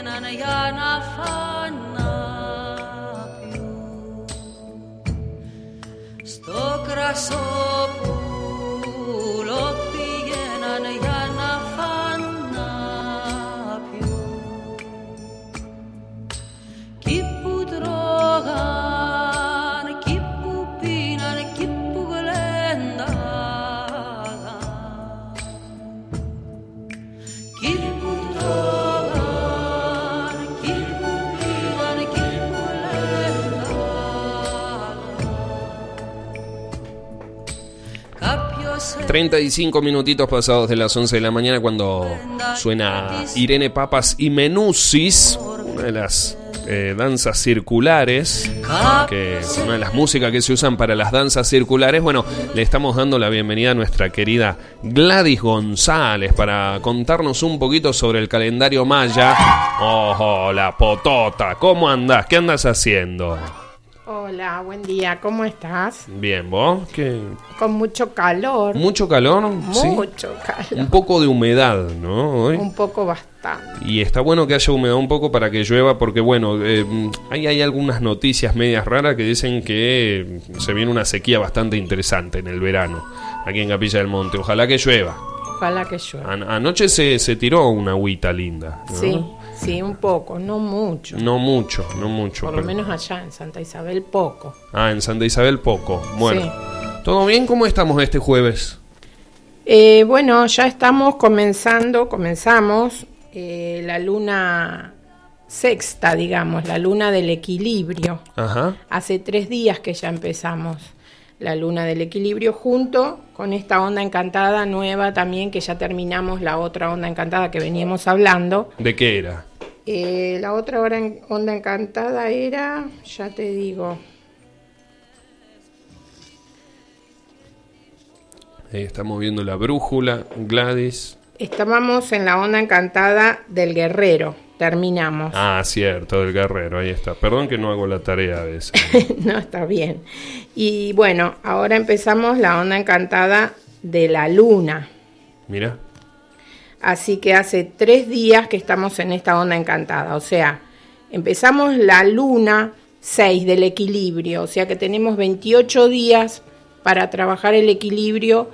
non affanna più sto grasso pulo piena ya non affanna più chi pu drogan chi pu pinan chi pu glendagan Kirputrogan, kirpupinan, kirpulendagan. Capio se 35 minutitos pasados de las 11 de la mañana cuando suena Irene Papas y Menusis, una de las eh, danzas circulares, que es una de las músicas que se usan para las danzas circulares. Bueno, le estamos dando la bienvenida a nuestra querida Gladys González para contarnos un poquito sobre el calendario maya. ¡Ojo, la potota! ¿Cómo andás? ¿Qué andas haciendo? Hola, buen día, ¿cómo estás? Bien, ¿vos? ¿Qué? Con mucho calor, ¿Mucho calor? ¿Sí? mucho calor, Un poco de humedad, ¿no? Hoy. un poco bastante. Y está bueno que haya humedad un poco para que llueva, porque bueno, eh, hay, hay algunas noticias medias raras que dicen que eh, se viene una sequía bastante interesante en el verano, aquí en Capilla del Monte. Ojalá que llueva. Ojalá que llueva. An- anoche se, se tiró una agüita linda. ¿no? Sí, sí, un poco, no mucho. No mucho, no mucho. Por lo pero- menos allá en Santa Isabel, poco. Ah, en Santa Isabel poco. Bueno. Sí. ¿Todo bien? ¿Cómo estamos este jueves? Eh, bueno, ya estamos comenzando, comenzamos eh, la luna sexta, digamos, la luna del equilibrio. Ajá. Hace tres días que ya empezamos la luna del equilibrio junto con esta onda encantada nueva también, que ya terminamos la otra onda encantada que veníamos hablando. ¿De qué era? Eh, la otra hora en- onda encantada era, ya te digo, Ahí estamos viendo la brújula, Gladys. estábamos en la onda encantada del guerrero, terminamos. Ah, cierto, del guerrero, ahí está. Perdón que no hago la tarea a veces. no, está bien. Y bueno, ahora empezamos la onda encantada de la luna. Mira. Así que hace tres días que estamos en esta onda encantada. O sea, empezamos la luna 6 del equilibrio. O sea que tenemos 28 días para trabajar el equilibrio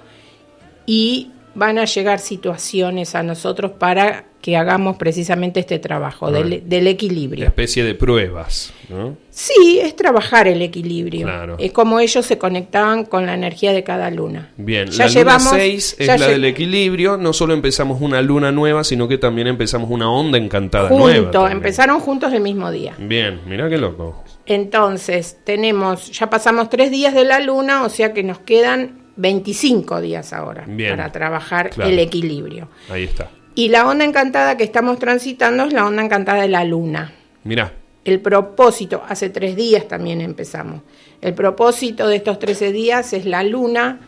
y van a llegar situaciones a nosotros para que hagamos precisamente este trabajo Bueno. del, del equilibrio. especie de pruebas, ¿no? Sí, es trabajar el equilibrio. Claro. Es como ellos se conectaban con la energía de cada luna. Bien, Ya la luna llevamos- 6 es ya la lle- del equilibrio. No solo empezamos una luna nueva, sino que también empezamos una onda encantada nueva. Juntos, también. empezaron juntos el mismo día. Bien, mira qué loco. Entonces, tenemos, ya pasamos tres días de la luna, o sea que nos quedan 25 días ahora Bien. para trabajar Claro. el equilibrio. Ahí está. Y la onda encantada que estamos transitando es la onda encantada de la luna. Mira, El propósito, hace tres días también empezamos. El propósito de estos 13 días es la luna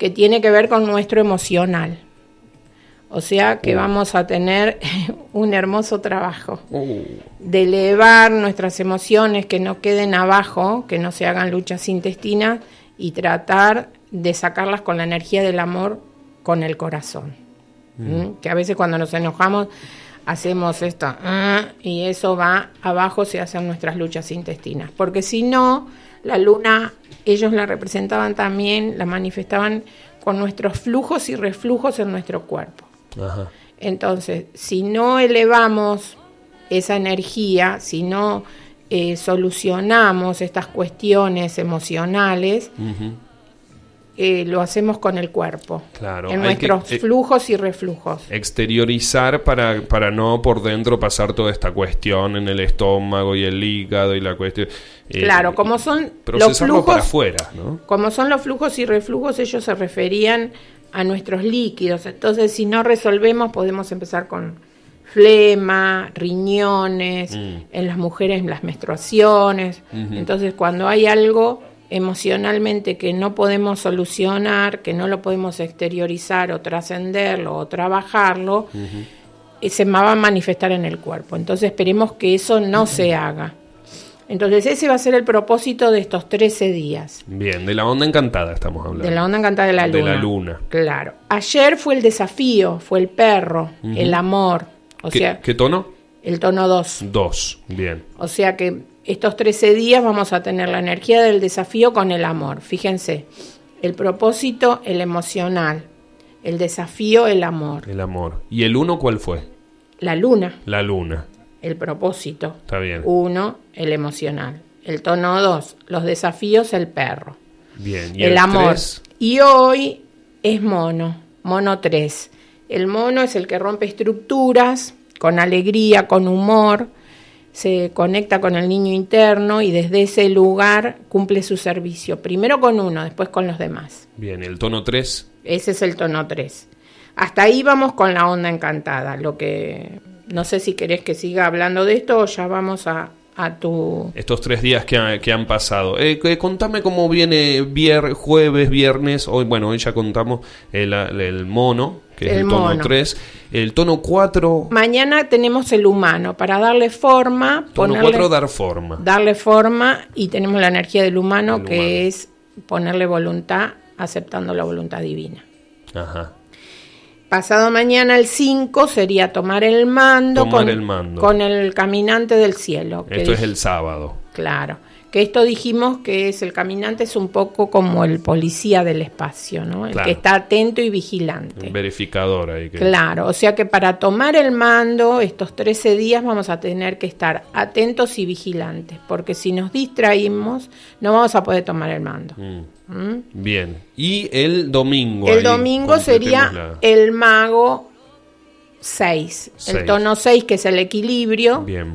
que tiene que ver con nuestro emocional. O sea que vamos a tener un hermoso trabajo Uh. de elevar nuestras emociones, que no queden abajo, que no se hagan luchas intestinas y tratar de sacarlas con la energía del amor, con el corazón. ¿Mm? Que a veces cuando nos enojamos hacemos esto ah, y eso va abajo, se hacen nuestras luchas intestinas. Porque si no, la luna, ellos la representaban también, la manifestaban con nuestros flujos y reflujos en nuestro cuerpo. ajá. Entonces, si no elevamos esa energía, si no eh, solucionamos estas cuestiones emocionales, Ujú. eh, lo hacemos con el cuerpo, Claro, en hay que- nuestros eh, flujos y reflujos. Exteriorizar para, para no por dentro pasar toda esta cuestión en el estómago y el hígado y la cuestión. eh, claro, como son los Procesarlo flujos, para afuera, ¿no? como son los flujos y reflujos, ellos se referían a nuestros líquidos. Entonces, si no resolvemos, podemos empezar con flema, riñones, Mm. en las mujeres las menstruaciones. Entonces, cuando hay algo emocionalmente que no podemos solucionar, que no lo podemos exteriorizar o trascenderlo o trabajarlo, eh, se ma- va a manifestar en el cuerpo. Entonces, esperemos que eso no se haga. Entonces, ese va a ser el propósito de estos 13 días. Bien, de la onda encantada estamos hablando. De la onda encantada de la De luna. la luna. Claro. Ayer fue el desafío, fue el perro, el amor. O ¿Qué- sea, ¿Qué tono? el tono 2. Dos, bien. O sea que estos 13 días vamos a tener la energía del desafío con el amor. Fíjense, el propósito, el emocional, el desafío, el amor, El amor. ¿Y el uno cuál fue? la luna, La luna. el propósito, Está bien. uno, el emocional, el tono 2, los desafíos, el perro, Bien. ¿Y el, amor. tres? Y hoy es mono, mono 3. El mono es el que rompe estructuras con alegría, con humor, se conecta con el niño interno y desde ese lugar cumple su servicio, primero con uno, después con los demás. Bien, el tono 3. Ese es el tono 3. Hasta ahí vamos con la onda encantada. Lo que no sé si querés que siga hablando de esto o ya vamos a, a tu. Estos tres días que, ha- que han pasado. Eh, que- contame cómo viene vier- jueves, viernes. Hoy, bueno, hoy ya contamos el, el mono, que es El el tono mono. 3. El tono 4. Mañana tenemos el humano para darle forma, Tono ponerle, 4, dar forma. darle forma y tenemos la energía del humano El que humano. es ponerle voluntad aceptando la voluntad divina. Ajá. Pasado mañana el 5 sería tomar el mando, Tomar con, el mando. con el caminante del cielo. que Esto es dij- el sábado. Claro, que esto dijimos que es el caminante es un poco como el policía del espacio, ¿no? El Claro. que está atento y Un vigilante. verificador ahí. Que, Claro, o sea que para tomar el mando estos 13 días vamos a tener que estar atentos y vigilantes, porque si nos distraímos no vamos a poder tomar el mando. Mm. Bien. Y el domingo. ahí El domingo sería completemos la- el mago 6, Seis. el tono 6 que es el equilibrio. Bien.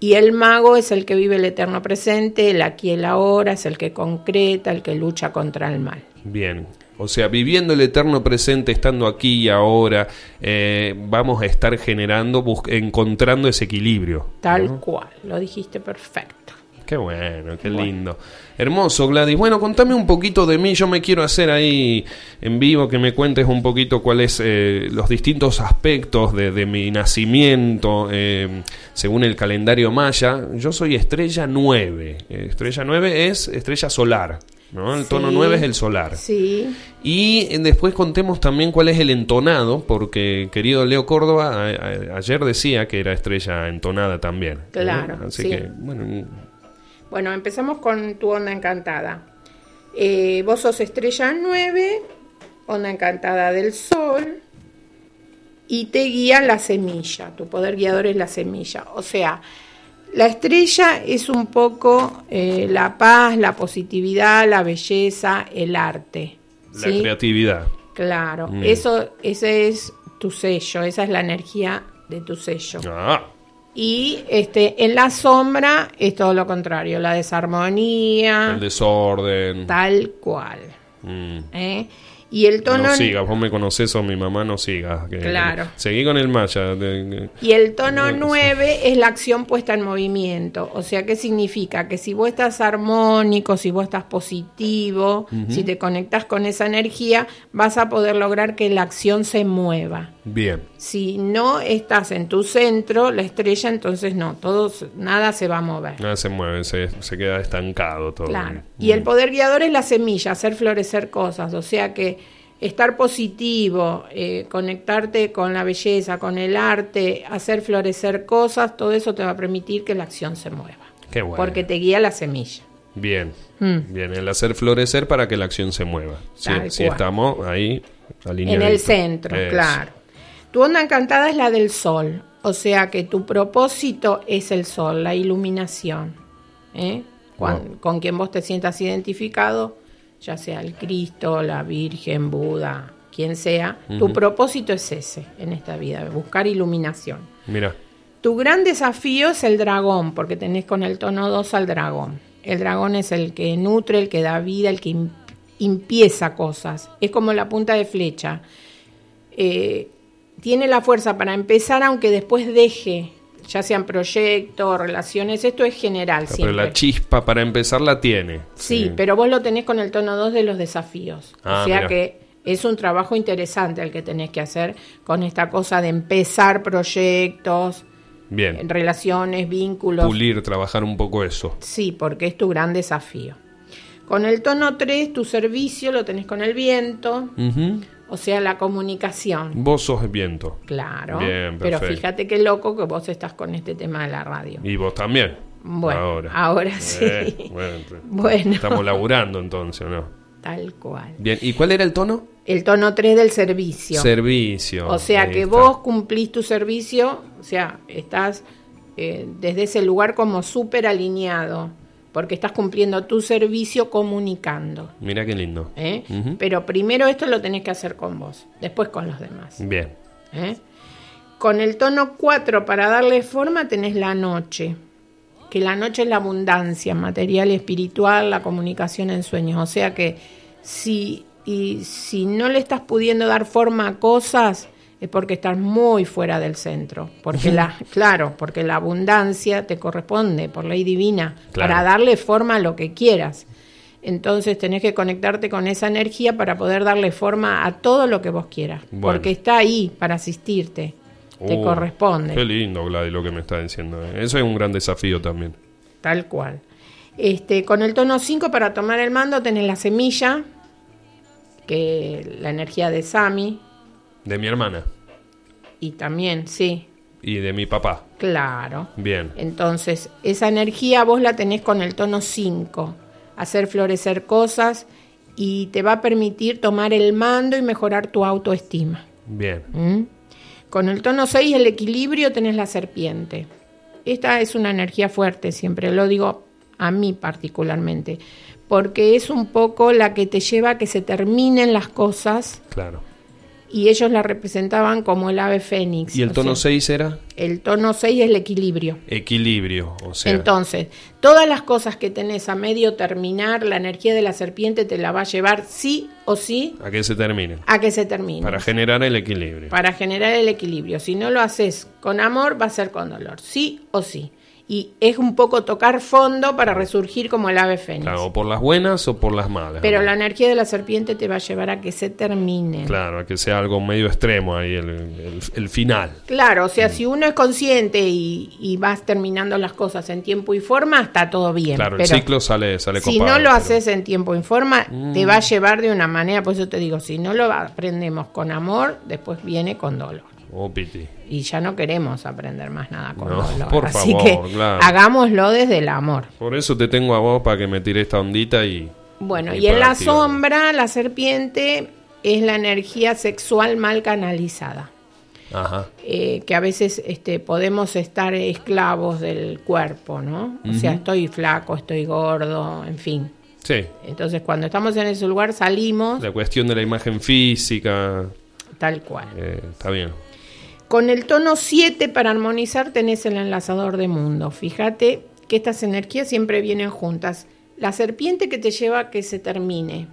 Y el mago es el que vive el eterno presente, el aquí y el ahora, es el que concreta, el que lucha contra el mal. Bien. O sea, viviendo el eterno presente, estando aquí y ahora, eh, vamos a estar generando, bus- encontrando ese equilibrio. Tal ¿no? cual, lo dijiste perfecto. Qué bueno, qué lindo. Hermoso, Gladys. Bueno, contame un poquito de mí. Yo me quiero hacer ahí en vivo que me cuentes un poquito cuáles eh, los distintos aspectos de, de mi nacimiento eh, según el calendario maya. Yo soy estrella 9. Eh, Estrella 9 es estrella solar. ¿no? El tono Sí. 9 es el solar. Sí, Y eh, después contemos también cuál es el entonado, porque querido Leo Córdoba a- a- ayer decía que era estrella entonada también. ¿eh? Claro, Así sí. que, bueno, bueno, empezamos con tu onda encantada. Eh, vos sos estrella 9, onda encantada del sol, y te guía la semilla, tu poder guiador es la semilla. O sea, la estrella es un poco eh, la paz, la positividad, la belleza, el arte. la ¿sí? creatividad. Claro, Mm. eso, ese es tu sello, esa es la energía de tu sello. Ah, Y este, en la sombra es todo lo contrario, la desarmonía, el desorden. tal cual. Mm. ¿eh? Y el tono No sigas, vos me conocés o mi mamá no sigas. que- Claro. Seguí con el maya. de- de- y el tono Bueno, sí. 9 es la acción puesta en movimiento. O sea, ¿qué significa? Que si vos estás armónico, si vos estás positivo, si te conectás con esa energía, vas a poder lograr que la acción se mueva. Bien, Si no estás en tu centro, la estrella, entonces no, todo, se- nada se va a mover. nada Ah, se mueve, se, se queda estancado todo. Mm. Claro. Y el poder guiador es la semilla, hacer florecer cosas. O sea que estar positivo, eh, conectarte con la belleza, con el arte, hacer florecer cosas, todo eso te va a permitir que la acción se mueva. Qué bueno. Porque te guía la semilla. Bien, Mm. bien, el hacer florecer para que la acción se mueva. Si, Tal si cual. estamos ahí En alineados. el centro, Eso. claro. Tu onda encantada es la del sol, o sea que tu propósito es el sol, la iluminación. ¿eh? Cuan- Wow. Con quien vos te sientas identificado, ya sea el Cristo, la Virgen, Buda, quien sea, tu propósito es ese en esta vida, buscar iluminación. Mira, Tu gran desafío es el dragón, porque tenés con el tono 2 al dragón. El dragón es el que nutre, el que da vida, el que im- empieza cosas. Es como la punta de flecha. Eh, tiene la fuerza para empezar, aunque después deje, ya sean proyectos, relaciones, esto es general. pero siempre. la chispa para empezar la tiene. Eh, Sí, pero vos lo tenés con el tono 2 de los desafíos. Ah, o sea mirá. que es un trabajo interesante el que tenés que hacer con esta cosa de empezar proyectos Bien, relaciones, vínculos. pulir, trabajar un poco eso. Sí, porque es tu gran desafío. Con el tono 3, tu servicio lo tenés con el viento. Ujú. O sea, la comunicación. Vos sos viento. Claro. Bien, pero perfecto. fíjate qué loco que vos estás con este tema de la radio. Y vos también. Bueno, ahora, ahora sí. Eh, bueno, ent- Bueno. Estamos laburando entonces, ¿o ¿no? Tal cual. Bien, ¿y cuál era el tono? El tono 3 del servicio. Servicio. O sea Ahí que está. vos cumplís tu servicio, o sea, estás eh, desde ese lugar como súper alineado, porque estás cumpliendo tu servicio comunicando. Mirá qué lindo. ¿eh? Ujú. Pero primero esto lo tenés que hacer con vos, después con los demás. Bien. ¿eh? Con el tono 4, para darle forma, tenés la noche. Que la noche es la abundancia material y espiritual, la comunicación en sueños. O sea que si, y si no le estás pudiendo dar forma a cosas, es porque estás muy fuera del centro. Porque la, claro, porque la abundancia te corresponde por ley divina Claro. para darle forma a lo que quieras. Entonces tenés que conectarte con esa energía para poder darle forma a todo lo que vos quieras. Bueno. Porque está ahí para asistirte. Te Uh, corresponde. Qué lindo, Gladys, lo que me está diciendo. eh. Eso es un gran desafío también. Tal cual. Este, con el tono 5 para tomar el mando tenés la semilla, que la energía de Sami, De mi hermana y también, sí, y de mi papá. claro. Bien. Entonces, esa energía vos la tenés con el tono 5, hacer florecer cosas y te va a permitir tomar el mando y mejorar tu autoestima. Bien. ¿Mm? Con el tono 6, el equilibrio, tenés la serpiente. Esta es una energía fuerte, siempre lo digo a mí particularmente, porque es un poco la que te lleva a que se terminen las cosas Claro. y ellos la representaban como el ave fénix. ¿Y el o tono sea, 6 era? El tono 6 es el equilibrio. Equilibrio. O sea, Entonces, todas las cosas que tenés a medio terminar, la energía de la serpiente te la va a llevar sí o sí a que se terminen. a que se termine. Para generar el equilibrio. para generar el equilibrio. Si no lo haces con amor, va a ser con dolor, sí o sí. Y es un poco tocar fondo para resurgir como el ave fénix. Claro, o por las buenas o por las malas. Pero ¿no? la energía de la serpiente te va a llevar a que se termine. Claro, a que sea algo medio extremo ahí, el, el- el final. Claro, o sea, Mm. si uno es consciente y, y vas terminando las cosas en tiempo y forma, está todo bien. claro, el pero ciclo sale, sale si copado, no lo pero- Mm. haces en tiempo y forma, te va a llevar de una manera, por eso te digo, si no lo aprendemos con amor, después viene con dolor. Oh, piti. y ya no queremos aprender más nada con No, dolor. por Así favor, que claro. hagámoslo desde el amor. Por eso te tengo a vos para que me tire esta ondita y. Bueno, y en para la activar. sombra, la serpiente es la energía sexual mal canalizada. Ajá. eh, que a veces este, podemos estar esclavos del cuerpo, ¿no? O sea, estoy flaco, estoy gordo, en fin. Sí. Entonces, cuando estamos en ese lugar, salimos La cuestión de la imagen física. tal cual. eh, está bien. Con el tono 7 para armonizar tenés el enlazador de mundo. Fíjate que estas energías siempre vienen juntas. La serpiente que te lleva a que se termine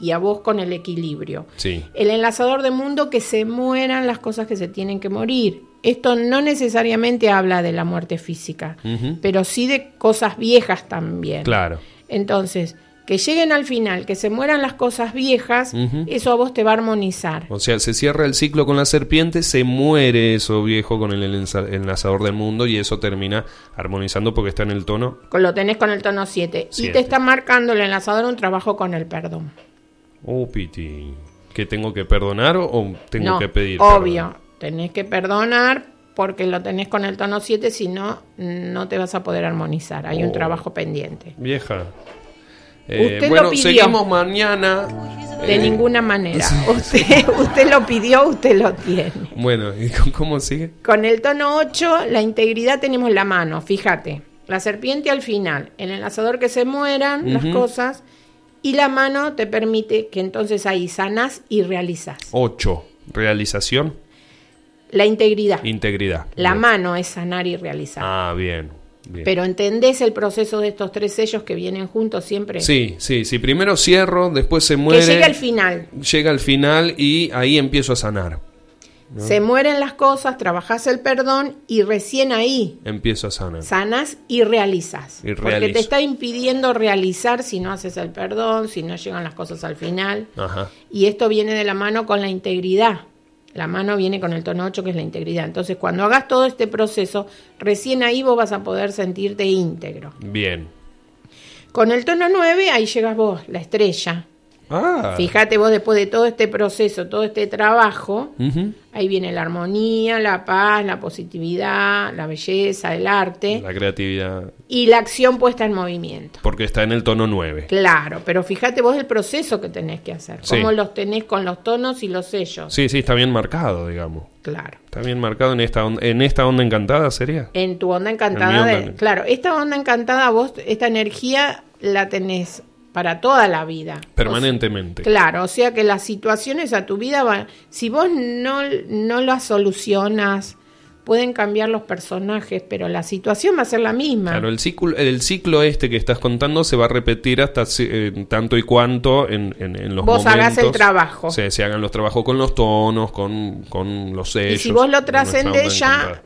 y a vos con el equilibrio. Sí. El enlazador de mundo que se mueran las cosas que se tienen que morir. Esto no necesariamente habla de la muerte física, Ujú. pero sí de cosas viejas también. Mm. Claro. Entonces, que lleguen al final, que se mueran las cosas viejas, Ujú. eso a vos te va a armonizar. O sea, se cierra el ciclo con la serpiente, se muere eso viejo con el enlaza- enlazador del mundo y eso termina armonizando porque está en el tono. Con- Lo tenés con el tono 7. Y Siete. te está marcando el enlazador un trabajo con el perdón. Oh, piti. ¿Que tengo que perdonar o, o tengo no, que pedir? Obvio, perdón? tenés que perdonar porque lo tenés con el tono 7, si no, no te vas a poder armonizar. Hay Oh. un trabajo pendiente. Vieja. Eh, Usted lo bueno, pidió. seguimos mañana. De Eh, ninguna manera. Usted, usted lo pidió, usted lo tiene. Bueno, ¿y con- cómo sigue? Con el tono 8, la integridad tenemos la mano, fíjate. La serpiente al final, el enlazador que se mueran las Ujú. cosas, y la mano te permite que entonces ahí sanás y realizás. 8. Realización, La integridad. integridad. La Bien. mano es sanar y realizar. Ah, bien. bien. Pero entendés el proceso de estos tres sellos que vienen juntos siempre. Sí, sí, sí. Primero cierro, después se que muere. llega al final. llega al final y ahí empiezo a sanar. Se mueren las cosas, trabajás el perdón y recién ahí Empiezo a sanar. sanás y realizás. Y Porque realizo. te está impidiendo realizar si no haces el perdón, si no llegan las cosas al final. Ajá. Y esto viene de la mano con la integridad. La mano viene con el tono 8, que es la integridad. Entonces, cuando hagas todo este proceso, recién ahí vos vas a poder sentirte íntegro. Bien. Con el tono 9, ahí llegas vos, la estrella. Ah. Fíjate vos, después de todo este proceso, todo este trabajo, Ujú. ahí viene la armonía, la paz, la positividad, la belleza, el arte La creatividad. y la acción puesta en movimiento. Porque está en el tono 9. Claro, pero fíjate vos el proceso que tenés que hacer, Sí. cómo los tenés con los tonos y los sellos. Sí, sí, está bien marcado, digamos. Claro. Está bien marcado en esta, on- en esta onda encantada, ¿sería? En tu onda En encantada, mi onda de- encantada. claro, esta onda encantada vos, esta energía la tenés para toda la vida. Permanentemente. Claro, o sea que las situaciones a tu vida van, si vos no, no las solucionas, pueden cambiar los personajes, pero la situación va a ser la misma. Claro, el ciclo, el ciclo este que estás contando se va a repetir hasta si- eh, tanto y cuanto en, en- en los Vos momentos. hagas el trabajo. Se, se hagan los trabajos con los tonos, con, con los sellos. y si vos lo con nuestra onda trascendés ya encantada.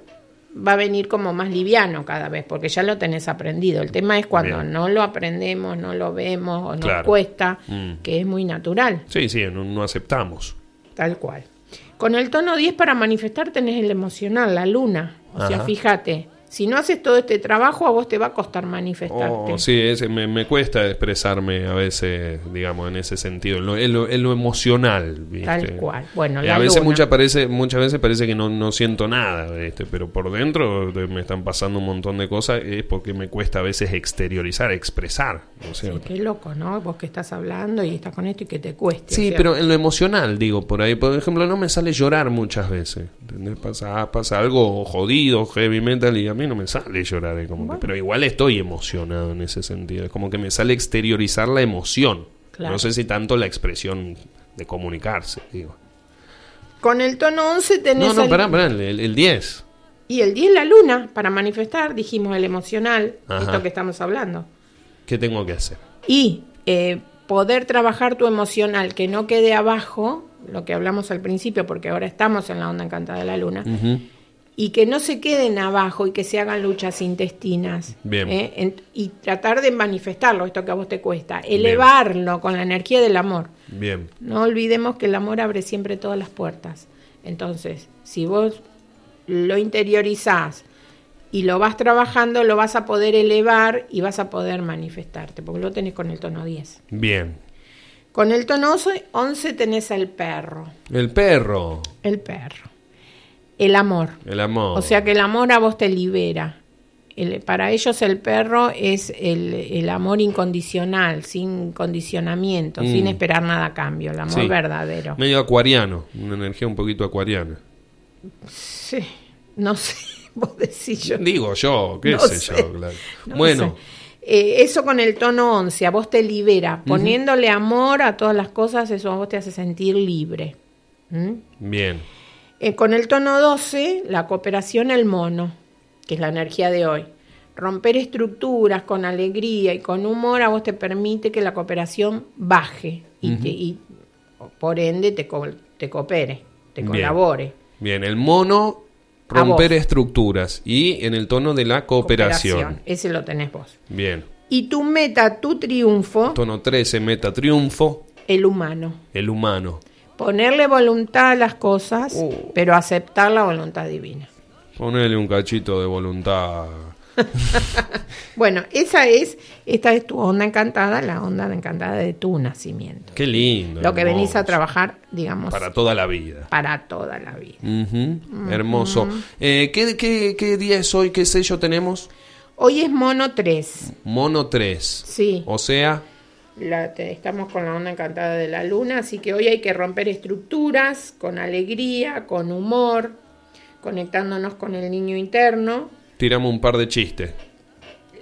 va a venir como más liviano cada vez, porque ya lo tenés aprendido. El tema es cuando Bien. no lo aprendemos, no lo vemos o nos Claro. cuesta, Mm. que es muy natural, Sí, sí, no, no aceptamos. tal cual. Con el tono 10 para manifestar tenés el emocional, la luna. O sea, Ajá. fíjate, si no haces todo este trabajo, a vos te va a costar manifestarte. Oh, sí, es- me, me cuesta expresarme a veces, digamos, en ese sentido, en lo, en lo- en lo emocional. ¿viste? Tal cual. Bueno, Eh, la a veces luna. muchas, parece, muchas veces parece que no, no siento nada, ¿viste? pero por dentro eh, me están pasando un montón de cosas, es porque me cuesta a veces exteriorizar, expresar. ¿no es Sí, cierto? qué loco, ¿no? Vos que estás hablando y estás con esto y que te cueste. o Sí, sea, pero en lo emocional, digo, por ahí, por ejemplo, no me sale llorar muchas veces. ¿entendés? Pasa, pasa algo jodido, heavy metal, y a mí no me sale llorar. es como que- pero igual estoy emocionado en ese sentido. Es como que me sale exteriorizar la emoción. Claro. No sé si tanto la expresión de comunicarse, digo. Con el tono 11 tenés... No, no, al- pará, pará, el, el 10. Y el 10 la luna, para manifestar, dijimos el emocional, Ajá. esto que estamos hablando. ¿Qué tengo que hacer? Y eh, poder trabajar tu emocional, que no quede abajo, lo que hablamos al principio, porque ahora estamos en la onda encantada de la luna, Ujú. y que no se queden abajo y que se hagan luchas intestinas. Bien. ¿eh? En- y tratar de manifestarlo, esto que a vos te cuesta, elevarlo con la energía del amor. Bien. No olvidemos que el amor abre siempre todas las puertas. Entonces, si vos lo interiorizás y lo vas trabajando, lo vas a poder elevar y vas a poder manifestarte, porque lo tenés con el tono 10. Bien. Con el tono 11 11 tenés al perro, El perro, el perro, el amor. el amor. O sea que el amor a vos te libera. El- para ellos el perro es el, el amor incondicional, sin condicionamiento, Mm. sin esperar nada a cambio, el amor Sí. verdadero. Medio acuariano, una energía un poquito acuariana. Sí, no sé, vos decís yo. Digo yo, qué No sé, sé. yo. claro. no bueno, sé. Eh, eso con el tono 11, a vos te libera. Poniéndole amor a todas las cosas, eso a vos te hace sentir libre. ¿Mm? bien. Eh, con el tono 12, la cooperación, el mono, que es la energía de hoy. Romper estructuras con alegría y con humor a vos te permite que la cooperación baje y, te- y, por ende te, co- te coopere, te Bien. colabore. Bien, el mono A romper vos. estructuras y en el tono de la cooperación. Ese lo tenés vos. Bien. Y tu meta, tu triunfo, Tono 13, meta triunfo, el humano. el humano. Ponerle voluntad a las cosas, Oh. pero aceptar la voluntad divina. Ponele un cachito de voluntad. Bueno, esa es, esta es tu onda encantada, la onda encantada de tu nacimiento. Qué lindo. Lo que venís a hermoso. trabajar, digamos, Para para, toda la vida. toda la vida. Ujú, Hermoso. Eh, ¿qué, qué, qué día es hoy? ¿Qué sello tenemos? Hoy es mono 3, Mono 3. sí. O sea, La- te- estamos con la onda encantada de la luna, así que hoy hay que romper estructuras con alegría, con humor, conectándonos con el niño interno. tiramos un par de chistes.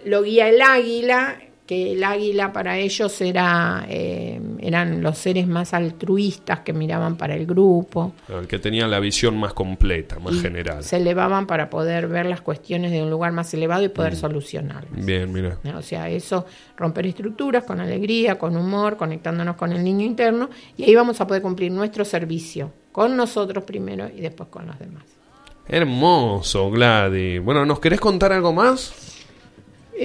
lo guía el águila, que el águila para ellos era, eh, eran los seres más altruistas que miraban para el grupo, El que tenía la visión más completa, más general. se elevaban para poder ver las cuestiones de un lugar más elevado y Mm. poder solucionarlas. Bien, mira. ¿no? O sea, eso, romper estructuras con alegría, con humor, conectándonos con el niño interno, y ahí vamos a poder cumplir nuestro servicio, con nosotros primero y después con los demás. Hermoso, Gladys. Bueno, ¿nos querés contar algo más?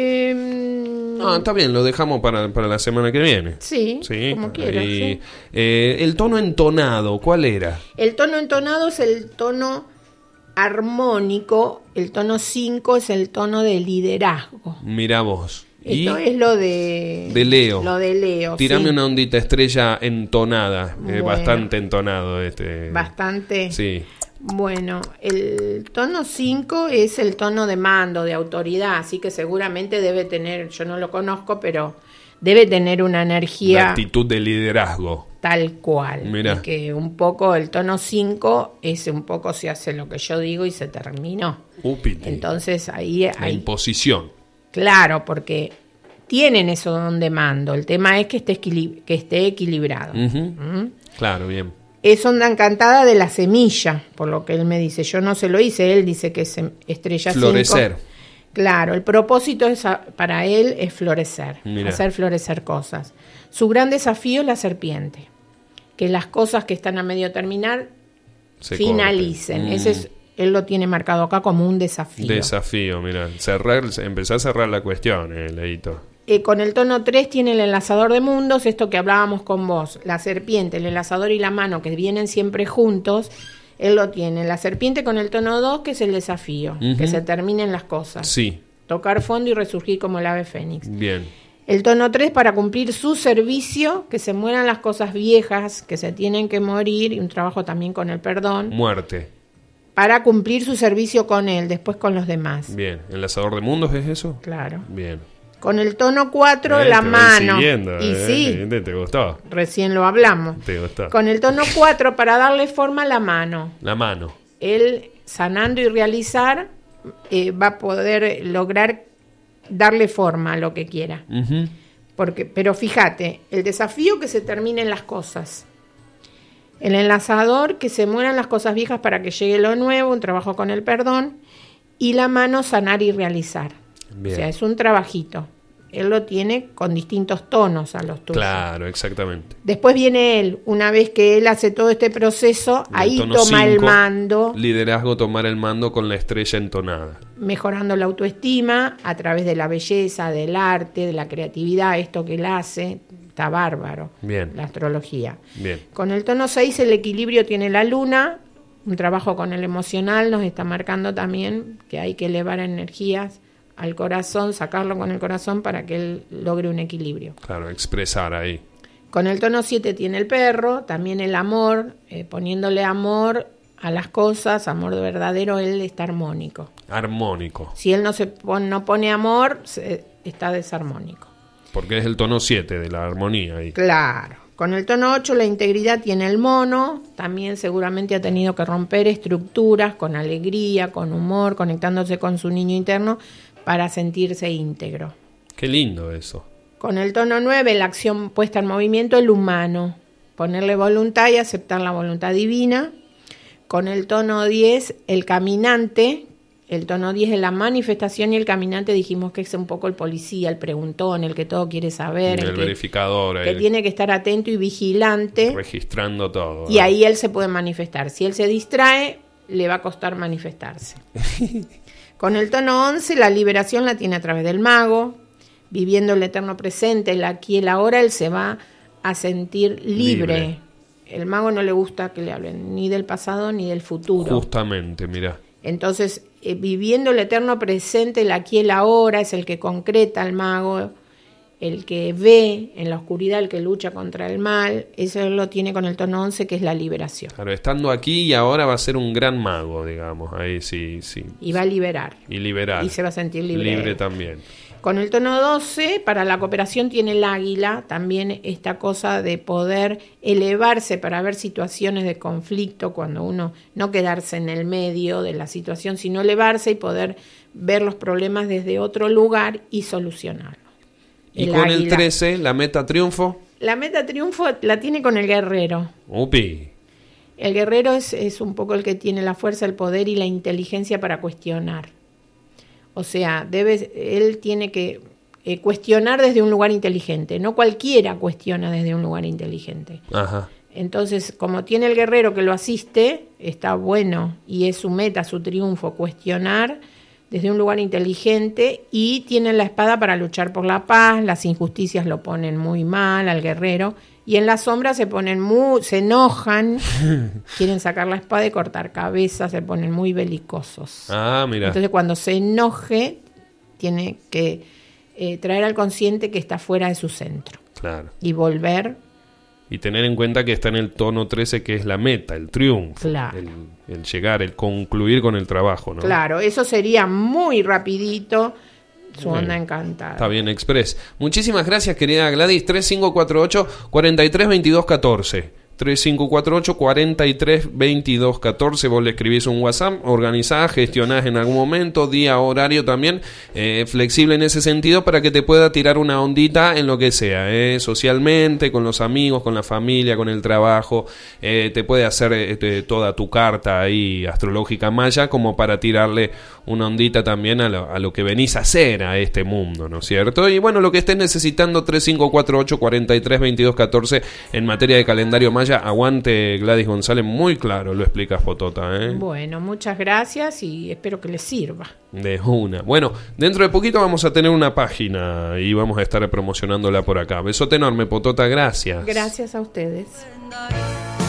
Em, Ah, está bien, lo dejamos para, para la semana que viene. sí, Sí, como quieras. y, sí. eh, el tono entonado, ¿cuál era? El tono entonado es el tono armónico, el tono 5 es el tono de liderazgo. Mira vos. Y Esto es lo de, de Leo. Lo de Leo. Tirame sí. una ondita estrella entonada, eh, Bueno. bastante entonado este. Bastante. Sí. Bueno, el tono 5 es el tono de mando, de autoridad, así que seguramente debe tener, yo no lo conozco, pero debe tener una La energía actitud de liderazgo. tal cual. Mirá. Y que un poco el tono 5 es un poco se hace lo que yo digo y se terminó. Upite. Entonces ahí la hay imposición. Claro, porque tienen eso donde mando. El tema es que esté, equili- que esté equilibrado. Ujú. Claro, bien. Es onda encantada de la semilla, por lo que él me dice. Yo no se lo hice, él dice que es em- estrella cinco. Florecer. Claro, el propósito es a- para él es florecer, Mirá. hacer florecer cosas. Su gran desafío es la serpiente, que las cosas que están a medio terminar Se finalicen. corte. Ese es, él lo tiene marcado acá como un Mm. desafío. Desafío, mira. Cerrar, empezar a cerrar la cuestión, eh, Leito. Eh, con el tono 3 tiene el enlazador de mundos, esto que hablábamos con vos, la serpiente, el enlazador y la mano que vienen siempre juntos, él lo tiene. La serpiente con el tono 2, que es el desafío, Ujú. que se terminen las cosas, Sí, tocar fondo y resurgir como el ave fénix. bien. El tono 3 para cumplir su servicio, que se mueran las cosas viejas, que se tienen que morir, y un trabajo también con el perdón, Muerte. para cumplir su servicio con él, después con los demás. Bien. ¿Enlazador de mundos es eso? Claro. Bien. Con el tono 4, Eh, la te voy mano. siguiendo, y eh, sí. Te, te gustó. Recién lo hablamos. Te gustó. Con el tono 4 para darle forma a la mano. La mano. Él sanando y realizar eh, va a poder lograr darle forma a lo que quiera. Ujú. Porque, pero fíjate, el desafío que se terminen las cosas. El enlazador que se mueran las cosas viejas para que llegue lo nuevo, un trabajo con el perdón. Y la mano sanar y realizar. Bien. O sea, es un trabajito. Él lo tiene con distintos tonos a los tuyos. Claro, exactamente. Después viene él, una vez que él hace todo este proceso, El ahí tono toma el cinco, mando, Liderazgo, tomar el mando con la estrella entonada. mejorando la autoestima a través de la belleza, del arte, de la creatividad, esto que él hace, está bárbaro. Bien. La astrología. Bien. Con el tono 6 el equilibrio tiene la luna, un trabajo con el emocional nos está marcando también que hay que elevar energías al corazón, sacarlo con el corazón para que él logre un equilibrio. Claro, expresar ahí. Con el tono 7 tiene el perro, también el amor, eh, poniéndole amor a las cosas, amor verdadero, él está armónico. Armónico. Si él no, se pon- no pone amor, se- está desarmónico. Porque es el tono 7 de la armonía ahí. Claro. Con el tono 8 la integridad tiene el mono, también seguramente ha tenido que romper estructuras con alegría, con humor, conectándose con su niño interno para sentirse íntegro. Qué lindo eso. Con el tono 9, la acción puesta en movimiento, el humano. Ponerle voluntad y aceptar la voluntad divina. Con el tono 10, el caminante. El tono 10 es la manifestación y el caminante dijimos que es un poco el policía, el preguntón, el que todo quiere saber, el el que, verificador que ahí. tiene que estar atento y vigilante. Registrando todo. ¿Eh? Y ¿no? ahí él se puede manifestar. Si él se distrae, le va a costar manifestarse. Con el tono 11, la liberación la tiene a través del mago. Viviendo el eterno presente, el aquí y el ahora, él se va a sentir libre. Libre. El mago no le gusta que le hablen ni del pasado ni del futuro. Justamente, mira. Entonces, eh, viviendo el eterno presente, el aquí y el ahora, es el que concreta al mago, el que ve en la oscuridad, el que lucha contra el mal. Eso él lo tiene con el tono 11, que es la liberación. Claro, estando aquí y ahora va a ser un gran mago, digamos. Ahí sí, sí. y va a liberar. Y liberal. Y se va a sentir libre. Libre también. Con el tono 12, para la cooperación tiene el águila, también esta cosa de poder elevarse para ver situaciones de conflicto, cuando uno no quedarse en el medio de la situación, sino elevarse y poder ver los problemas desde otro lugar y solucionarlos. Y con el águila. 13, la meta triunfo. La meta triunfo la tiene con el guerrero. Upi. El guerrero es, es un poco el que tiene la fuerza, el poder y la inteligencia para cuestionar. O sea, debe, él tiene que eh, cuestionar desde un lugar inteligente. No cualquiera cuestiona desde un lugar inteligente. Ajá. Entonces, como tiene el guerrero que lo asiste, está bueno y es su meta, su triunfo, cuestionar desde un lugar inteligente y tiene la espada para luchar por la paz, las injusticias lo ponen muy mal al guerrero y en la sombra se ponen muy, se enojan, quieren sacar la espada y cortar cabezas, se ponen muy belicosos. Ah, mira. Entonces cuando se enoje, tiene que eh, traer al consciente que está fuera de su centro Claro. y volver Y tener en cuenta que está en el tono 13, que es la meta, el triunfo, Claro. el, el llegar, el concluir con el trabajo, ¿no? Claro, eso sería muy rapidito. Su Bien. onda encantada. Está bien, Express. Muchísimas gracias, querida Gladys. 3548-432214. 3548-432214. Vos le escribís un WhatsApp, organizás, gestionás en algún momento, día, horario también. eh, flexible en ese sentido para que te pueda tirar una ondita en lo que sea. eh, socialmente, con los amigos, con la familia, con el trabajo. eh, te puede hacer eh, te- toda tu carta ahí astrológica maya como para tirarle una ondita también a lo, a lo que venís a hacer a este mundo, ¿no es cierto? Y bueno, lo que estés necesitando, 3548-432214 en materia de calendario maya, aguante Gladys González, muy claro lo explicas Fotota, ¿eh? Bueno, muchas gracias y espero que les sirva. De una. Bueno, dentro de poquito vamos a tener una página y vamos a estar promocionándola por acá. Besote enorme, Potota, gracias. Gracias a ustedes. prenda y